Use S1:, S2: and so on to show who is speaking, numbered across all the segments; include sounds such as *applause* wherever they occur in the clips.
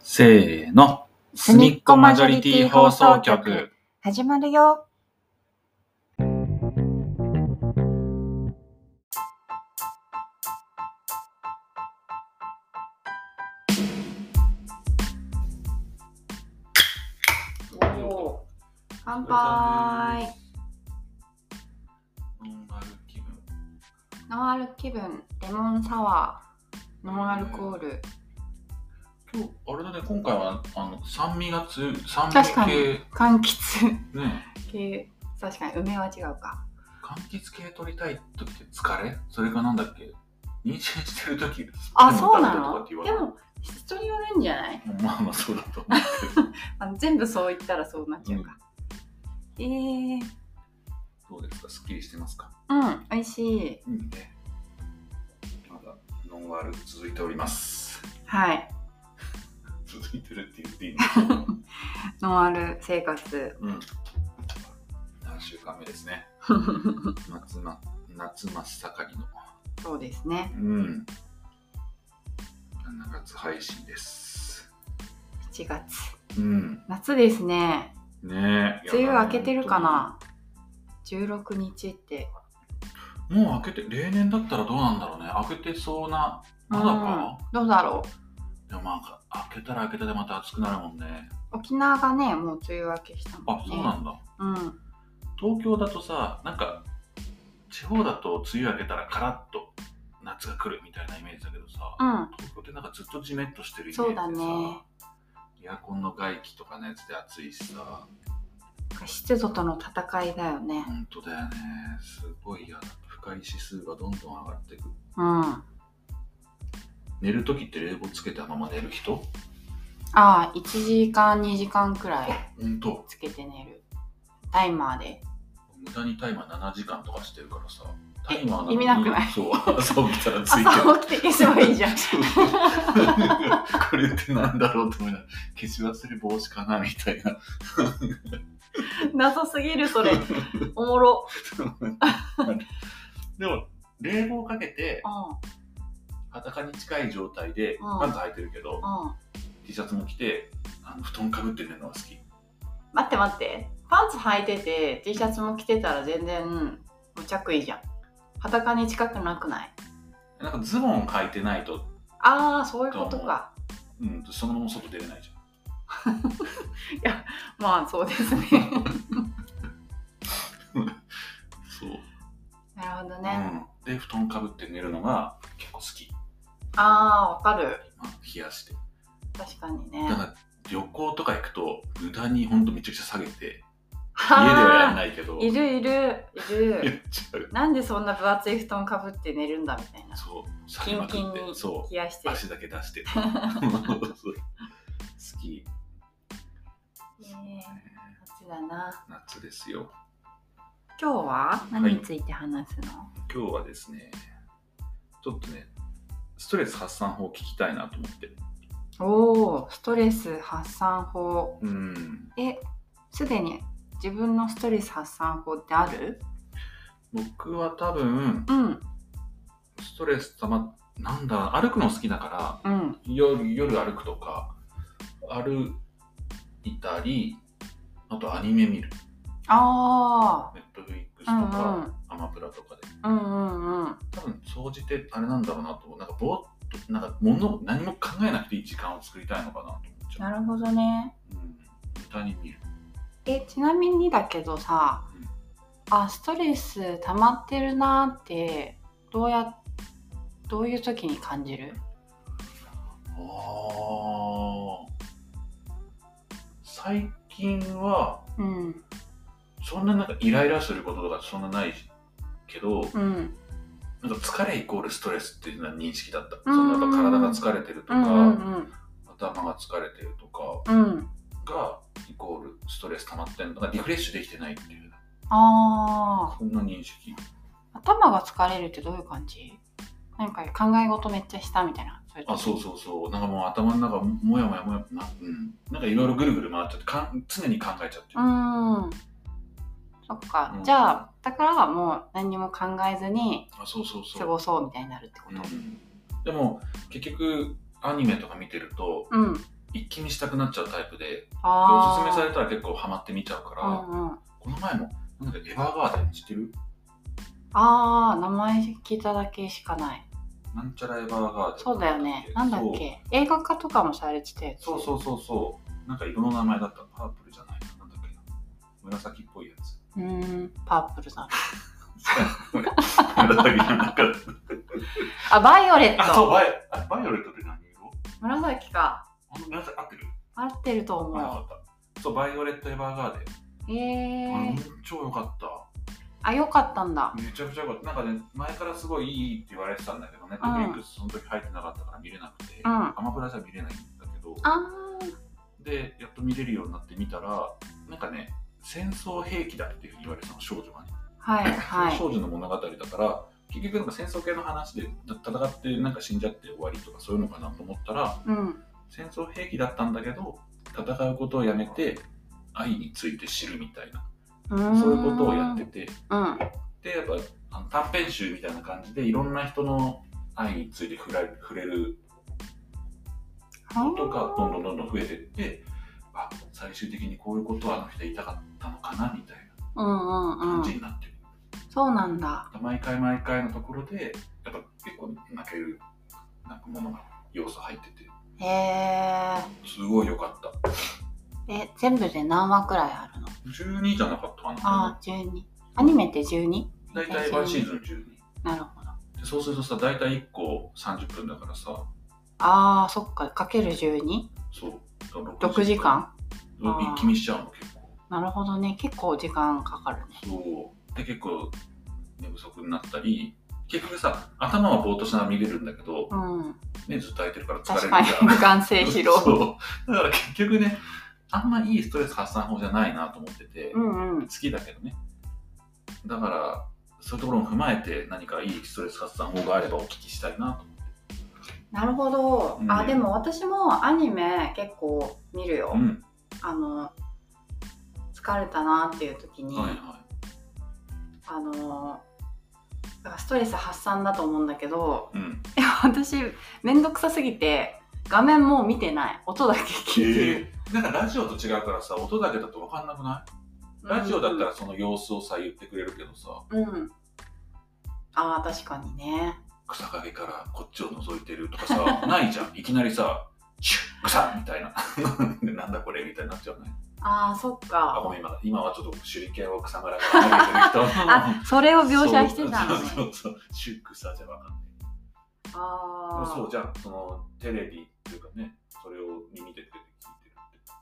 S1: せーの。すみっこマジョリティ放送局。
S2: 始まるよ。乾杯。
S1: ノンアル気分。
S2: ノンアル気分、レモンサワー、ノンアルコール。
S1: 今日、あれだね、今回は、あの、酸味が強い、酸味
S2: 確かに
S1: 系、
S2: 柑橘
S1: ね、
S2: 系。確かに梅は違うか。
S1: 柑橘系取りたい時って疲れそれかなんだっけ妊娠してる時
S2: あ、そうな
S1: でも食べたとかっ
S2: の
S1: て言わ
S2: で
S1: れる
S2: も、人によるんじゃない
S1: まあまあそうだと思うけど。
S2: あの全部そう言ったらそうなっちゃうか。えー、
S1: どう *laughs* ですかすっきりしてますか
S2: うん、美味しい。
S1: いいね。まだ、ノンアル続いております。
S2: はい。
S1: 続いてるって言っていいの
S2: ノンアル生活。
S1: うん。何週間目です
S2: *laughs*
S1: ね。夏な、夏真っ盛りの。
S2: そうですね。
S1: うん。7月配信です。
S2: 7月。
S1: うん。
S2: 夏ですね。
S1: ねえ。
S2: 梅雨明けてるかな ?16 日って。
S1: もう明けて、例年だったらどうなんだろうね。明けてそうな、まだか
S2: うん、どうだろう
S1: な。でもまあ、明けたら明けたでまた暑くなるもんね。
S2: 沖縄がね、もう梅雨明けしたもん
S1: あ
S2: ね。、
S1: そうなんだ。
S2: うん。
S1: 東京だとさ、なんか、地方だと梅雨明けたらカラッと夏が来るみたいなイメージだけどさ、
S2: うん。
S1: 東京ってなんかずっとジメッとしてるイメージ
S2: そう
S1: で
S2: だ
S1: さ、
S2: ね
S1: エアコンの外気とかのやつで暑いしさ、
S2: 湿度との戦いだよね。
S1: 本当だよね。すごい嫌だ。不快指数がどんどん上がっていく。
S2: うん。あ
S1: 寝るときって冷房つけたまま寝る人
S2: あ、1時間、2時間くらい
S1: 本当
S2: つけて寝る。タイマーで。
S1: 無駄にタイマー7時間とかしてるからさ、タ
S2: え
S1: イマー
S2: 意味なくない
S1: そう、朝起きたらついてる。
S2: 朝起きて消せばいいじゃ
S1: *laughs*
S2: ん。
S1: そうこれってなんだろうと思いながら消し忘れ防止かなみたいな
S2: 謎すぎる、それ。おもろ。
S1: *laughs* でも冷房かけて
S2: う
S1: 裸に近い状態で
S2: うん
S1: パンツ履いてるけど、
S2: ん。うん。
S1: T シャツも着てあの布団かぶって寝るのが好き
S2: 待って待ってパンツ履いてて T シャツも着てたら全然無着衣じゃん裸に近くなくない
S1: なんかズボン履いてないと、
S2: ああそういうことか
S1: うん、そのまま外出れないじ
S2: まあそうですね
S1: *laughs* ゃんそう、
S2: なるほど
S1: う
S2: ね、
S1: ん、で布団かぶって寝るのが結構好き、
S2: ああわかる
S1: まあ、冷やして
S2: 確かに
S1: だ
S2: ね
S1: から旅行とか行くと無駄にほんとめちゃくちゃ下げて家ではやら
S2: はあ
S1: ないけど
S2: *laughs* いるいるい
S1: や *laughs* っ
S2: る
S1: ちゃう
S2: なんでそんな分厚い布団かぶって寝るんだみたいな
S1: そう、下
S2: キ
S1: げ
S2: ン
S1: まく
S2: キン
S1: って、
S2: に
S1: そ
S2: 冷やして
S1: う、足だけ出
S2: *laughs*
S1: して。そう好き、
S2: えー夏だな
S1: 夏ですよ。
S2: 今日は何について話すの、
S1: 今日はですね、ちょっとね、ストレス発散法を聞きたいなと思って。
S2: おおストレス発散法
S1: うん、
S2: え、すでに自分のストレス発散法ってある
S1: 僕は多分、
S2: うん、
S1: ストレスたま、なんだ、歩くの好きだから、
S2: うん。
S1: 夜夜歩くとか、歩いたり、あとアニメ見る。
S2: あ
S1: ネットフリックスと
S2: あ、
S1: か、アマプラとかで。
S2: うんうん、うんうんうん。
S1: 多分総じてあれなんだろうなと思うなんかぼーっとなんか物何も考えなくていい時間を作りたいのかなと思っちゃ
S2: な
S1: う、
S2: るほどね。
S1: うん、歌に見る
S2: え、ちなみにだけどさ
S1: うん、
S2: あ、ストレス溜まってるなーって、どうや、どういう時に感じる
S1: あ最近は
S2: うん、
S1: そんななんかイライラすることとかそんなないけど
S2: うん、
S1: なんか疲れイコールストレスっていうのは認識だったそ
S2: う
S1: の
S2: ん
S1: やっぱ体が疲れてると
S2: う
S1: か、
S2: ん、うん、
S1: 頭が疲れてるとか
S2: うん。うん
S1: がイコールストレス溜まってんのがリフレッシュできてないっていう
S2: あ
S1: そんな認識
S2: あ、頭が疲れるってどういう感じなんか考え事めっちゃしたみたいな。それとも
S1: あそうそうそうなんかもう頭の中もやもやもやな,、うん、なんかいろいろぐるぐる回っちゃってかん常に考えちゃって
S2: う
S1: る、
S2: ーん。そっか、
S1: うん
S2: じゃあ、だからもう何にも考えずに
S1: あそうそう
S2: 過
S1: そう、
S2: ごそうみたいになるってこと。
S1: うん、でも結局アニメとか見てると
S2: うん。
S1: 一気見したくなっちゃうタイプで、でお
S2: あ
S1: すすめされ
S2: た
S1: たら結構ハマって見ちゃうから、
S2: うんうん、
S1: この前も、なんだっけ、エヴァーガーデン知ってる
S2: あー名前聞いただけしかない
S1: なんちゃらエヴァーガーデン。
S2: そうだよねなんだっけ映画化とかもされてたやつ
S1: そうそうそうそうそう。なんか色の名前だった。パープルじゃないな。なんだっけな。紫っぽいやつ。
S2: うーんパープルさん
S1: 紫じゃなか
S2: *laughs*
S1: った。
S2: あバイオレッ
S1: あ、そう、
S2: ト
S1: バイあれバイオレットって何色
S2: 紫か
S1: あの紫合ってる
S2: 合ってると
S1: あな
S2: 思
S1: かった。そう、バイオレットエヴァーガーデン。
S2: うへえ
S1: あの
S2: ー、
S1: 超良かった。
S2: あよかったんだ
S1: めちゃくちゃ良かった。なんかね、前からすごいいいって言われてたんだけどね、
S2: うん
S1: ネットフリックスその時入ってなかったから見れなくて、
S2: うんあ
S1: アマプラじゃ見れないんだけど、
S2: ー
S1: で、やっと見れるようになってみたら、なんかね、戦争兵器だっていうふうに言われてたの、少女がね。
S2: はいはい
S1: 少女の物語だから結局なんか戦争系の話で戦ってなんか死んじゃって終わりとかそういうのかなと思ったら
S2: うん
S1: 戦争兵器だったんだけど戦うことをやめて愛について知るみたいな
S2: うーん
S1: そういうことをやってて
S2: うん
S1: でやっぱあの短編集みたいな感じでいろんな人の愛について触れ触れることがどんどんどんどん増えてってあ最終的にこういうことはあの人言いたかったのかなみたいな
S2: うんうん
S1: 感
S2: う
S1: じ
S2: ん
S1: になってる。
S2: そうなんだ
S1: 毎回毎回のところでやっぱ結構泣けるなんかものが要素入ってて
S2: へえ
S1: すごい良かった
S2: え全部で何話くらいあるの
S1: 12じゃなかったかな
S2: あー12アニメって 12?
S1: 大体1シーズン12
S2: なるほど
S1: でそうするとさ大体1個30分だからさ
S2: あーそっかかける 12?6
S1: そう
S2: 時間
S1: うん一気見しちゃうの結構
S2: なるほどね結構時間かかるね
S1: そうで結構寝不足になったり結局さ頭はぼーっとしながら見れるんだけど、
S2: うん
S1: ね、ずっと空いてるから疲れ
S2: 確
S1: る
S2: かに *laughs*
S1: じゃん
S2: 眼性疲
S1: *laughs*
S2: 労
S1: そうだから結局ねあんまいいストレス発散法じゃないなと思ってて、
S2: うんうん
S1: 好きだけどねだからそういうところも踏まえて何かいいストレス発散法があればお聞きしたいな
S2: なるほど、
S1: うん
S2: あでも私もアニメ結構見るよ、
S1: とうん
S2: あの疲れたなっていう時に、
S1: はいは
S2: あのだからストレス発散だと思うんだけど
S1: いうん
S2: いや私めんどくさすぎて画面もう見てない音だけ聞いてる、
S1: なんかラジオと違うからさ音だけだと分かんなくないラジオだったらその様子をさ言ってくれるけどさ
S2: うん、うん、あー確かにね
S1: 草陰からこっちを覗いてるとかさないじゃんいきなりさ「シュッ草!」みたいななんだこれみたいになっちゃうね
S2: あーそっ
S1: あ
S2: か
S1: ごめん今今はちょっと手裏剣を草むらから投げてる人
S2: あそれを描写してたのね
S1: そうそうそうシュッ草じゃ分かんない
S2: あ
S1: そう
S2: ー
S1: じゃんそのテレビっていうかねそれを耳で出て聞いてるって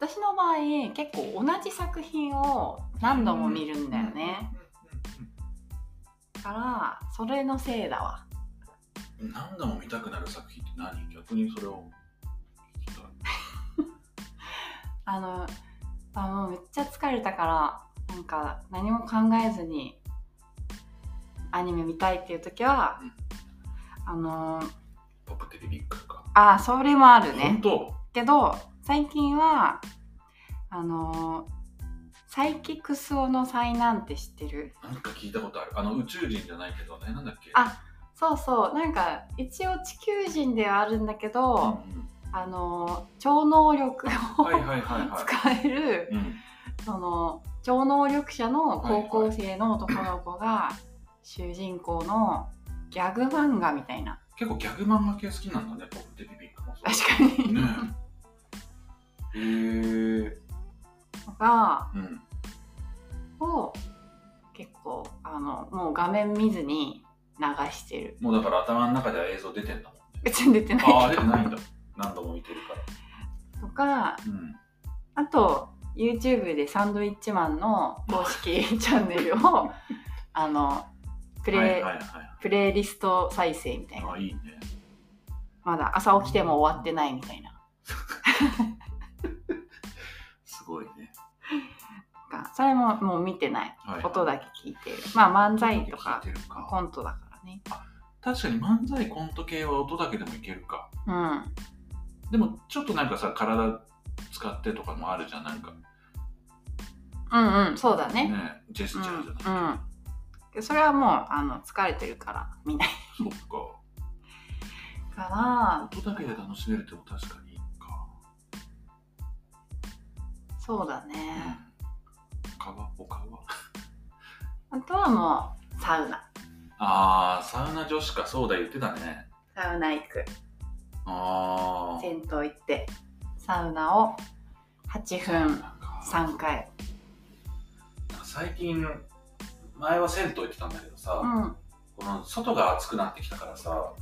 S2: 私の場合結構同じ作品を何度も見るんだよね、だからそれのせいだわ
S1: うんうんうん何度も見たくなる作品って何逆にそれを聞きたい
S2: あのあもうめっちゃ疲れたからなんか何も考えずにアニメ見たいっていう時は、あの
S1: ポップテレビックか
S2: あそれもある
S1: 本
S2: ね
S1: 当
S2: けど最近はあのサイキクスオの災難って知ってる
S1: なんか聞いたことあるあの宇宙人じゃないけどねなんだっけ
S2: あそうそうなんか一応地球人ではあるんだけど、
S1: うん
S2: あの超能力を
S1: うんはいはいはいは
S2: *laughs* 使える
S1: い、うん、
S2: その超能力者の高校生の男の子が主人公のギャグ漫画みたいな
S1: 結構ギャグ漫画系好きなんだねポップテレビックもそう
S2: 確かに
S1: ねえへえ
S2: のが
S1: うん
S2: を結構あのもう画面見ずに流してる
S1: もうだから頭の中では映像出てんだもん
S2: *laughs*
S1: ね
S2: 別に出てない
S1: ああ出てないんだ何度も見てるから
S2: とか
S1: うん
S2: あと YouTube でサンドイッチマンの公式チャンネルを *laughs* あのプレ,、
S1: はいはいはい
S2: プレイリスト再生みたいな
S1: あいいね
S2: まだ朝起きても終わってないみたいな
S1: すごいね、
S2: かそれももう見てない
S1: はい
S2: 音だけ聞いてるまあ漫才と
S1: 聞
S2: か
S1: いてるか
S2: コントだからね
S1: 確かに漫才コント系は音だけでもいけるか
S2: うん
S1: でもちょっとなんかさ体使ってとかもあるじゃんなんか
S2: うんうんそうだ
S1: ね
S2: ね
S1: ジェスチ
S2: う
S1: ャ
S2: ん
S1: ーじゃないけど、
S2: うんそれはもうあの疲れてるから見ない
S1: そっ
S2: から
S1: か音だけで楽しめるっても確かにいい
S2: そうだ
S1: う
S2: ね、
S1: ん川お川
S2: あとはもうサウナ
S1: ああサウナ女子かそうだ言ってたね
S2: サウナ行く
S1: ああ
S2: 銭湯行ってサウナを8分3回
S1: 最近前は銭湯行ってたんだけどさ、
S2: うん
S1: この外が暑くなってきたからさ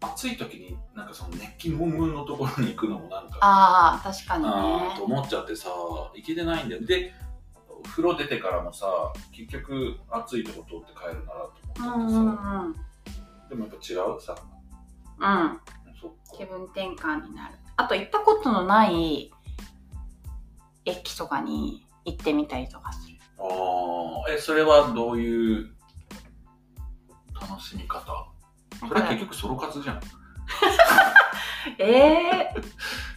S1: 暑い時になんかその熱気ムンムンのところに行くのもなんか
S2: ああ確かに
S1: あーと
S2: ね
S1: 思っちゃってさ行けてないんだよでお風呂出てからもさ結局暑いとこ通って帰るならと
S2: うん
S1: 思っちゃ
S2: うん
S1: ってさ、
S2: うん
S1: でもやっぱ違うさ
S2: うん
S1: そっか
S2: 気分転換になるあと行ったことのない駅とかに行ってみたりとかする
S1: あーえそれはどういう楽しみ方それは結局ソロ活じゃん
S2: えー、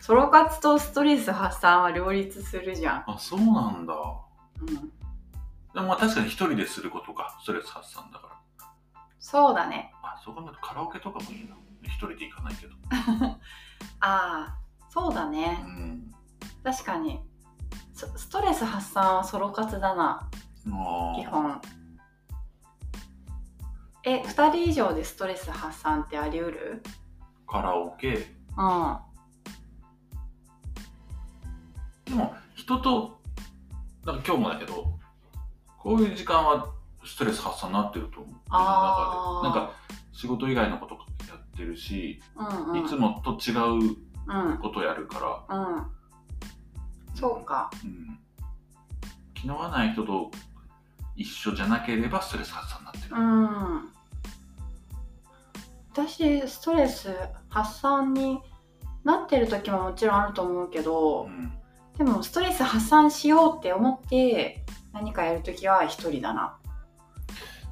S2: ソロ活とストレス発散は両立するじゃん、
S1: あそうなんだ
S2: うん、
S1: でもまあ確かに一人ですることかストレス発散だから
S2: そうだね
S1: あそう考えるとカラオケとかもいいな一人で行かないけど
S2: ああそうだね
S1: ん
S2: 確かにそストレス発散はソロ活だな
S1: あ
S2: 基本え2人以上でストレス発散ってあり得る
S1: ーカラオケ
S2: うん
S1: でも人となんか今日もだけどこういう時間はストレス発散になってると思う
S2: あ
S1: 自分の中で
S2: ー
S1: なんか仕事以外のことやってるし、
S2: うんうん
S1: いつもと違う
S2: うん
S1: ことやるか
S2: うん
S1: ら
S2: そう、か
S1: うん、気の合わない人と一緒じゃなければストレス発散になってる、
S2: うん私ストレス発散になってる時ももちろんあると思うけど
S1: うん
S2: でもストレス発散しようって思って何かやる時は一人だな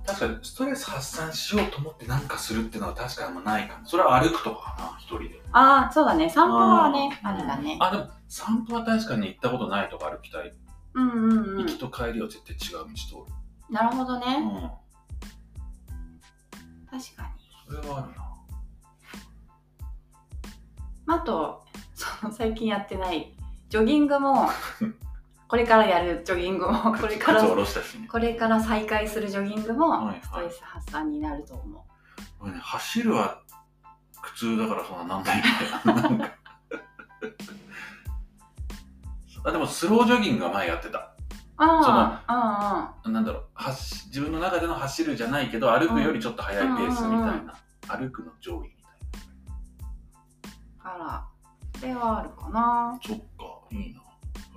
S1: 確かにストレス発散しようと思って何かするっていうのは確かにあんまないかもそれは歩くとかかな一人で
S2: ああそうだね散歩はね
S1: あ
S2: あ
S1: ー
S2: れだね
S1: あでも散歩は確かに行ったことないとか歩きたい、
S2: うんうんう
S1: 行き
S2: ん
S1: と帰りは絶対違う道通
S2: なるほど
S1: る、
S2: ね
S1: ん、
S2: 確かに
S1: それはあるな
S2: あとその最近やってないジョギング
S1: *laughs*
S2: もこれからやるジョギングもこれから
S1: 靴下ろしたしね
S2: これから再開するジョギング
S1: はい
S2: も
S1: はい
S2: ストレス発散になると思う
S1: 俺ね走るは苦痛だからそんななんないみたいななんかあでもスロージョギングは前やってた
S2: あ
S1: なんだろう走自分の中での走るじゃないけど歩くよりちょっと速いペースみたい
S2: うんうんうん
S1: な、歩くの上位みたい
S2: あ、あら、それはあるかな。
S1: なそっかいいな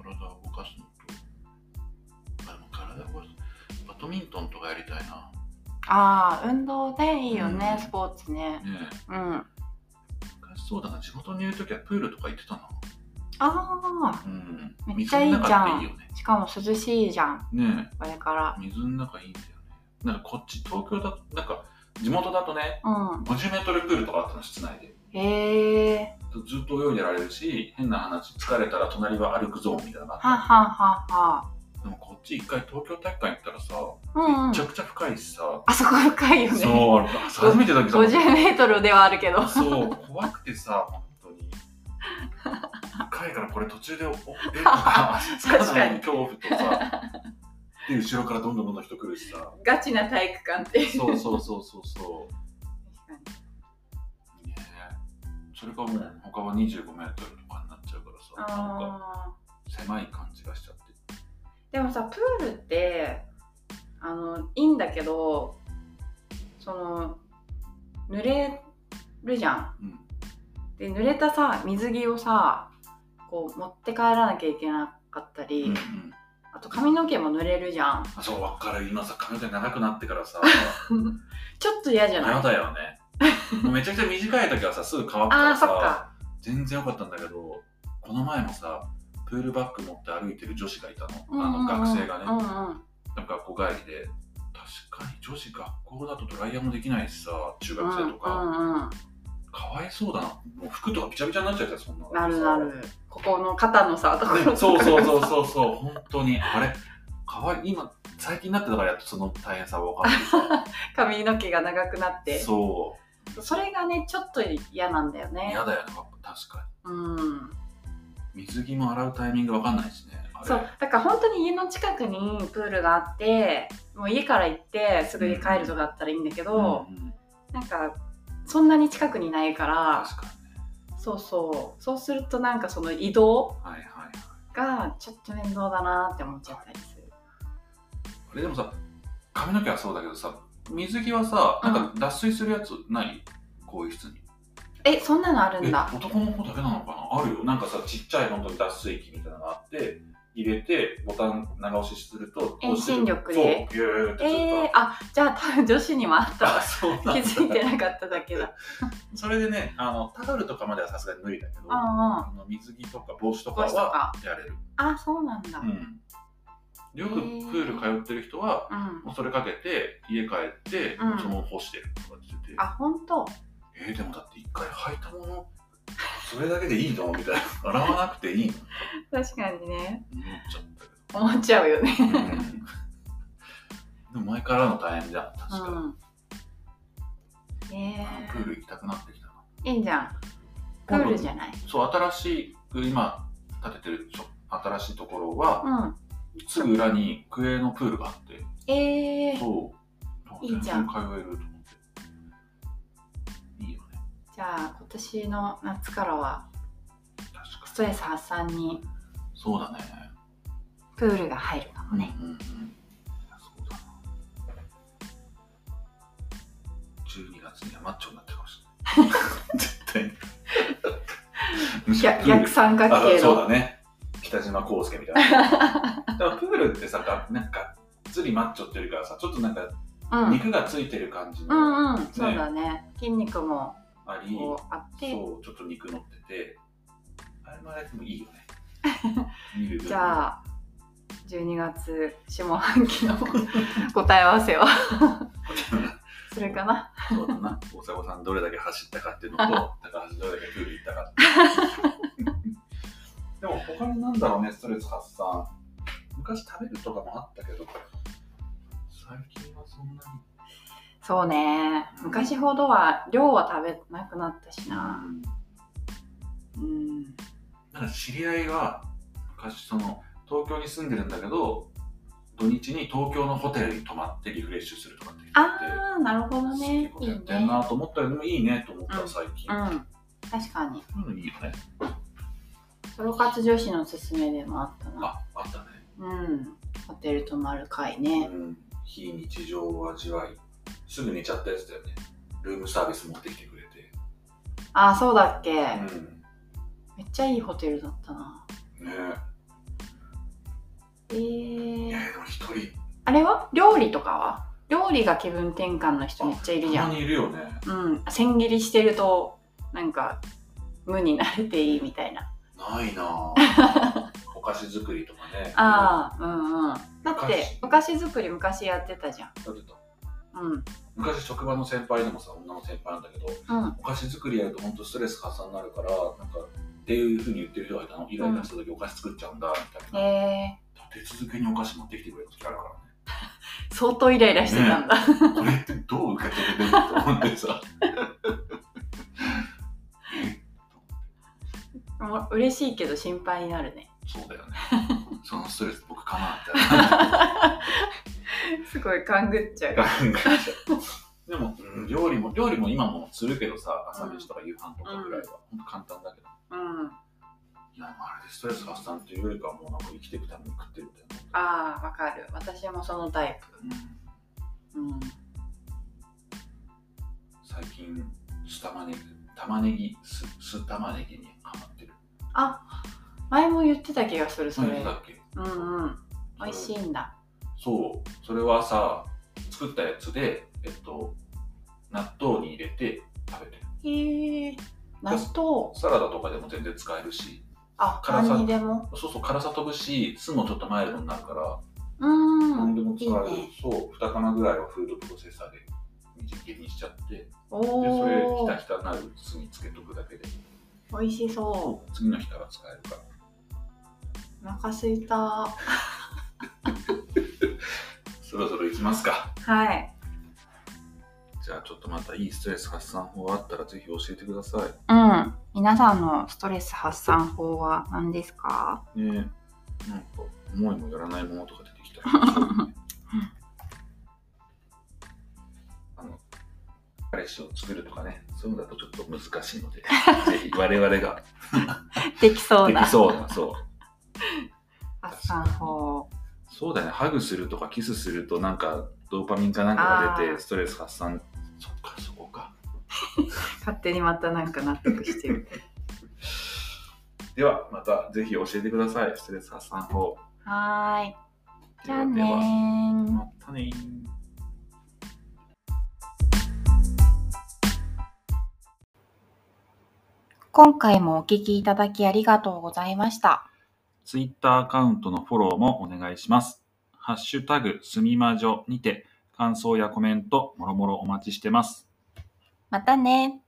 S1: 体を動かすのとあでも体を動かすバドミントンとかやりたいな
S2: ああ、運動でいいよね、
S1: うん
S2: スポーツね。
S1: ねえ
S2: うん。あ
S1: 昔そうだな仕事にいる時はプールとか行ってたな
S2: あ
S1: うん
S2: めっちゃいいじ
S1: 水の
S2: ゃん
S1: 中っていいよね
S2: ー、しかも涼しいじゃん、
S1: ねえ
S2: これから。
S1: 水の中いいんだよねなんかこっち東京だとなんか地元だとね
S2: うん。
S1: 50メートルプールとかあったの室内で
S2: へえ。
S1: ずっと泳いでられるし変な話疲れたら隣は歩くゾーンみたいなのが
S2: は
S1: あっ
S2: ははは。
S1: たでもこっち一回東京体育館行ったらさ、
S2: うん、う
S1: め
S2: ん
S1: ち。ゃくちゃ深いしさ、
S2: あそこ深いよ
S1: そう
S2: ね。
S1: 俺初めてだけど
S2: 50メートルではあるけど。
S1: そう怖くてさ本当に深いからこれ途中でお
S2: *laughs*
S1: えとか足つかないのに恐怖とさで後ろからどんどんどんどん人来るしさ
S2: ガチな体育館って。
S1: そうそうそうそうそう
S2: 確かに
S1: ねそれかもう他は25メートルとかになっちゃうからさなんか
S2: ああ。
S1: 狭い感じがしちゃって
S2: でもさプールってあのいいんだけどその濡れるじゃん。
S1: うん
S2: で濡れたさ水着をさこう持って帰らなきゃいけなかったり、
S1: うんうん
S2: あと髪の毛も濡れるじゃん。
S1: あそう分かる今さ髪の毛長くなって
S2: *laughs*
S1: からさ
S2: ちょっと嫌じゃない
S1: 嫌だよねもうめちゃくちゃ短い時はさすぐ乾くか
S2: あー
S1: ら
S2: そっ
S1: さ
S2: か。
S1: 全然良かったんだけどこの前もさプールバッグ持って歩いてる女子がいたの、
S2: うんうんうん
S1: あの学生がね、
S2: うんう
S1: な
S2: ん。
S1: んか学校帰りで確かに女子学校だとドライヤーもできないしさ中学生とか、
S2: うんうん
S1: かわいそうだなもう服とかびちゃびちゃになっちゃうじゃんそんなの
S2: なるなる。ここの肩のさところと
S1: ね
S2: か
S1: そうそうそうそうそう本当にあれかわいい今最近になってだからやっとその大変さが分かっ
S2: 髪の毛が長くなってて。
S1: そ
S2: それがねちょっと嫌なんだよ
S1: う
S2: ね
S1: 嫌。だよね確か
S2: うん。
S1: に水着も洗うタイミング分かんないしねね
S2: そうだから本当に家の近くにプールがあってもう家から行ってすぐに帰るとかだったらいいんだけど、
S1: うんうん
S2: なんかそんなに近くにないから
S1: 確かにね
S2: そうそうそうするとなんかその移動
S1: はいはいはい
S2: がちょっと面倒だなって思っちゃったりする
S1: あれでもさ髪の毛はそうだけどさ水着はさなんか脱水するやつない更衣室に
S2: えそんなのあるん
S1: え
S2: だ
S1: 男の方だけなのかなあるよなんかさちっちゃい本当に脱水器みたいなのがあって入れてボタン長押しすると
S2: 遠心力で
S1: そうビューって
S2: え
S1: ずっと、
S2: ー、あじゃあ *laughs* 多分女子にもあっ
S1: あ
S2: た
S1: *laughs*
S2: わ
S1: そうなん
S2: 気
S1: だ
S2: づいてなかっただけだ
S1: それでねあのタオルとかまではさすがに無理だけど
S2: うんうん
S1: あの水着とか帽子とか
S2: 帽子と
S1: は
S2: か
S1: やれる、
S2: あそうなんだ、
S1: う
S2: うん
S1: ん、よくプール通ってる人はもうそれかけて家帰って、
S2: うん
S1: そのまま干してるとかって言ってて
S2: あ本当
S1: えーでもだって一回履いたものそれだけでいいのみたいな *laughs* 洗わなくていいの
S2: 確かにね
S1: 思っちゃったけど
S2: 思っちゃうよね、
S1: でも前からの大変じゃん確かに、
S2: うん、え
S1: あのプール行きたくなってきたない
S2: いじゃんプールじゃない
S1: そう新しく今建ててるちょ新しいところは、
S2: うん
S1: すぐ裏にクエのプールがあって
S2: えー、
S1: そう
S2: いいじゃん
S1: 全然通えると思っていいよね
S2: じゃあ今年の夏からは
S1: 確か
S2: ストレス発散に
S1: にそうだね
S2: プールが入
S1: *laughs*
S2: るかも
S1: うんうん
S2: ね、
S1: うんそうだな12月にはマッチョになってるかもし
S2: *laughs*
S1: れない絶対にむしろプ
S2: 逆
S1: ール
S2: 逆三角
S1: あ
S2: 形
S1: そう
S2: の
S1: だね北島康介みたいな
S2: *laughs*
S1: でもプールってさがなんかがっつりマッチョっていうよりかはさちょっとなんか
S2: うん
S1: 肉がついてる感じ
S2: う
S1: のあ
S2: んうんそうだね筋肉も
S1: り、
S2: こうあって
S1: そうちょっと肉乗っててあれもあれでもいいよ
S2: *laughs*
S1: ね見る分に
S2: じゃあ12月下半期
S1: *laughs*
S2: の答え合わせはするかな
S1: そうだな大迫さんどれだけ走ったかっていう
S2: *laughs*
S1: のと高橋どれだけプール行ったかっていうでも他になんだろうねストレス発散昔食べるとかもあったけど最近はそんなに
S2: そうね昔ほどは量は食べなくなったしな
S1: うん
S2: うん
S1: なんか知り合いが昔その東京に住んでるんだけど土日に東京のホテルに泊まってリフレッシュするとかって言って
S2: ああなるほど
S1: すげえ
S2: ね
S1: こ
S2: い
S1: と
S2: い
S1: や
S2: ね
S1: ってんなと思ったけどもいいねと思った
S2: うん
S1: ら最近、
S2: うん確かに
S1: そういうのいいよね
S2: ソロ活女子のおすすめでもあったな
S1: ああったね、
S2: うんホテル泊まる会ね
S1: うん、非日常を味わいすぐ寝ちゃったやつだよねルームサービス持ってきてくれて
S2: ああそうだっけ、
S1: うん
S2: めっちゃいいホテルだったな
S1: ね
S2: え
S1: えいや
S2: ー、
S1: でも一人
S2: あれは料理とかは料理が気分転換の人めっちゃいるじ
S1: た
S2: ゃ
S1: ま
S2: ん
S1: にいるよね
S2: うん千切りしてるとなんか無になれていいみたいな
S1: ない
S2: *laughs*
S1: なぁお菓子作りとかね
S2: ああうんうんだって
S1: お
S2: お
S1: 菓
S2: 菓子作り昔やってたじゃ
S1: だってと
S2: んうん
S1: 昔職場の先輩でもさ女の先輩なんだけど
S2: うん
S1: お菓子作りやると本当ストレス発散になるからなんかっていうふうに言ってる人がいたのイライラした時お菓子作っちゃうんだみたいな、
S2: え
S1: 立て続けにお菓子持ってきてくれる時あるか
S2: ー、相当イライラしてたんだ、
S1: らねこれってどう受け取れてるのと思って
S2: *laughs*
S1: さ
S2: もう嬉しいけど心配になるね
S1: そうだよねそのストレス僕かなみた
S2: すごい勘ぐっちゃ
S1: いうな考えちゃうでも、うん料理も料理も今もするけどさ朝飯とか夕飯とかぐらいは、ほんと簡単だけど
S2: うん
S1: いやまああれでストレス発散っていうよりかはもうなんか生きていくために食ってるみたいな
S2: ああわかる私もそのタイプうん
S1: 最近酢玉ねぎ玉ねぎ酢酢玉ねぎにハマってる
S2: 前も言ってた気がするそれ
S1: 何だっけ
S2: うんうん美味しいんだ
S1: そうそれは朝作ったやつでえっと納豆に入れて食べてる
S2: へえ納豆
S1: サラダとかでも全然使えるし
S2: あ
S1: 辛さ
S2: 何にでも
S1: そうそう辛さ飛ぶし酢もちょっとマイルドになるから、
S2: うー
S1: 何
S2: ん
S1: でも使える
S2: いいね
S1: そう2玉ぐらいはフードプロセッサーでみじん切りにしちゃってでそれ
S2: お
S1: ひ
S2: お
S1: たひたになる酢につけとくだけで
S2: 美味しそ
S1: 次の日から使えるから
S2: うお腹すいたは
S1: そろそろ行きますか
S2: い
S1: じゃあちょっとまたいいストレス発散法あったらぜひ教えてくださ
S2: うん皆さんのストレス発散法は何ですか
S1: い。ねなんか思いもよらないものとか出てきたら面白いね *laughs* あの彼氏を作るとかねそういうのだとちょっと難しい *laughs* のでぜひ我々が
S2: できそう
S1: で
S2: な
S1: きそうなそう
S2: あっさん法
S1: そうだよねハグするとかキスするとなんかドーパミンかなんかが出
S2: あー
S1: てストレス発散そっかそこか
S2: 勝手にまたなんか納得してる
S1: ではまたぜひ教えてくださいストレス発散法
S2: *laughs* はーいじ
S1: で
S2: ゃあ
S1: は
S2: ね
S1: では
S2: ー
S1: またねー
S2: 今回もお聞きいただきありがとうございました
S1: ツイッターアカウントのフォローもお願いします。ハッシュタグすみまじょにて感想やコメントもろもろお待ちしてます。
S2: またねー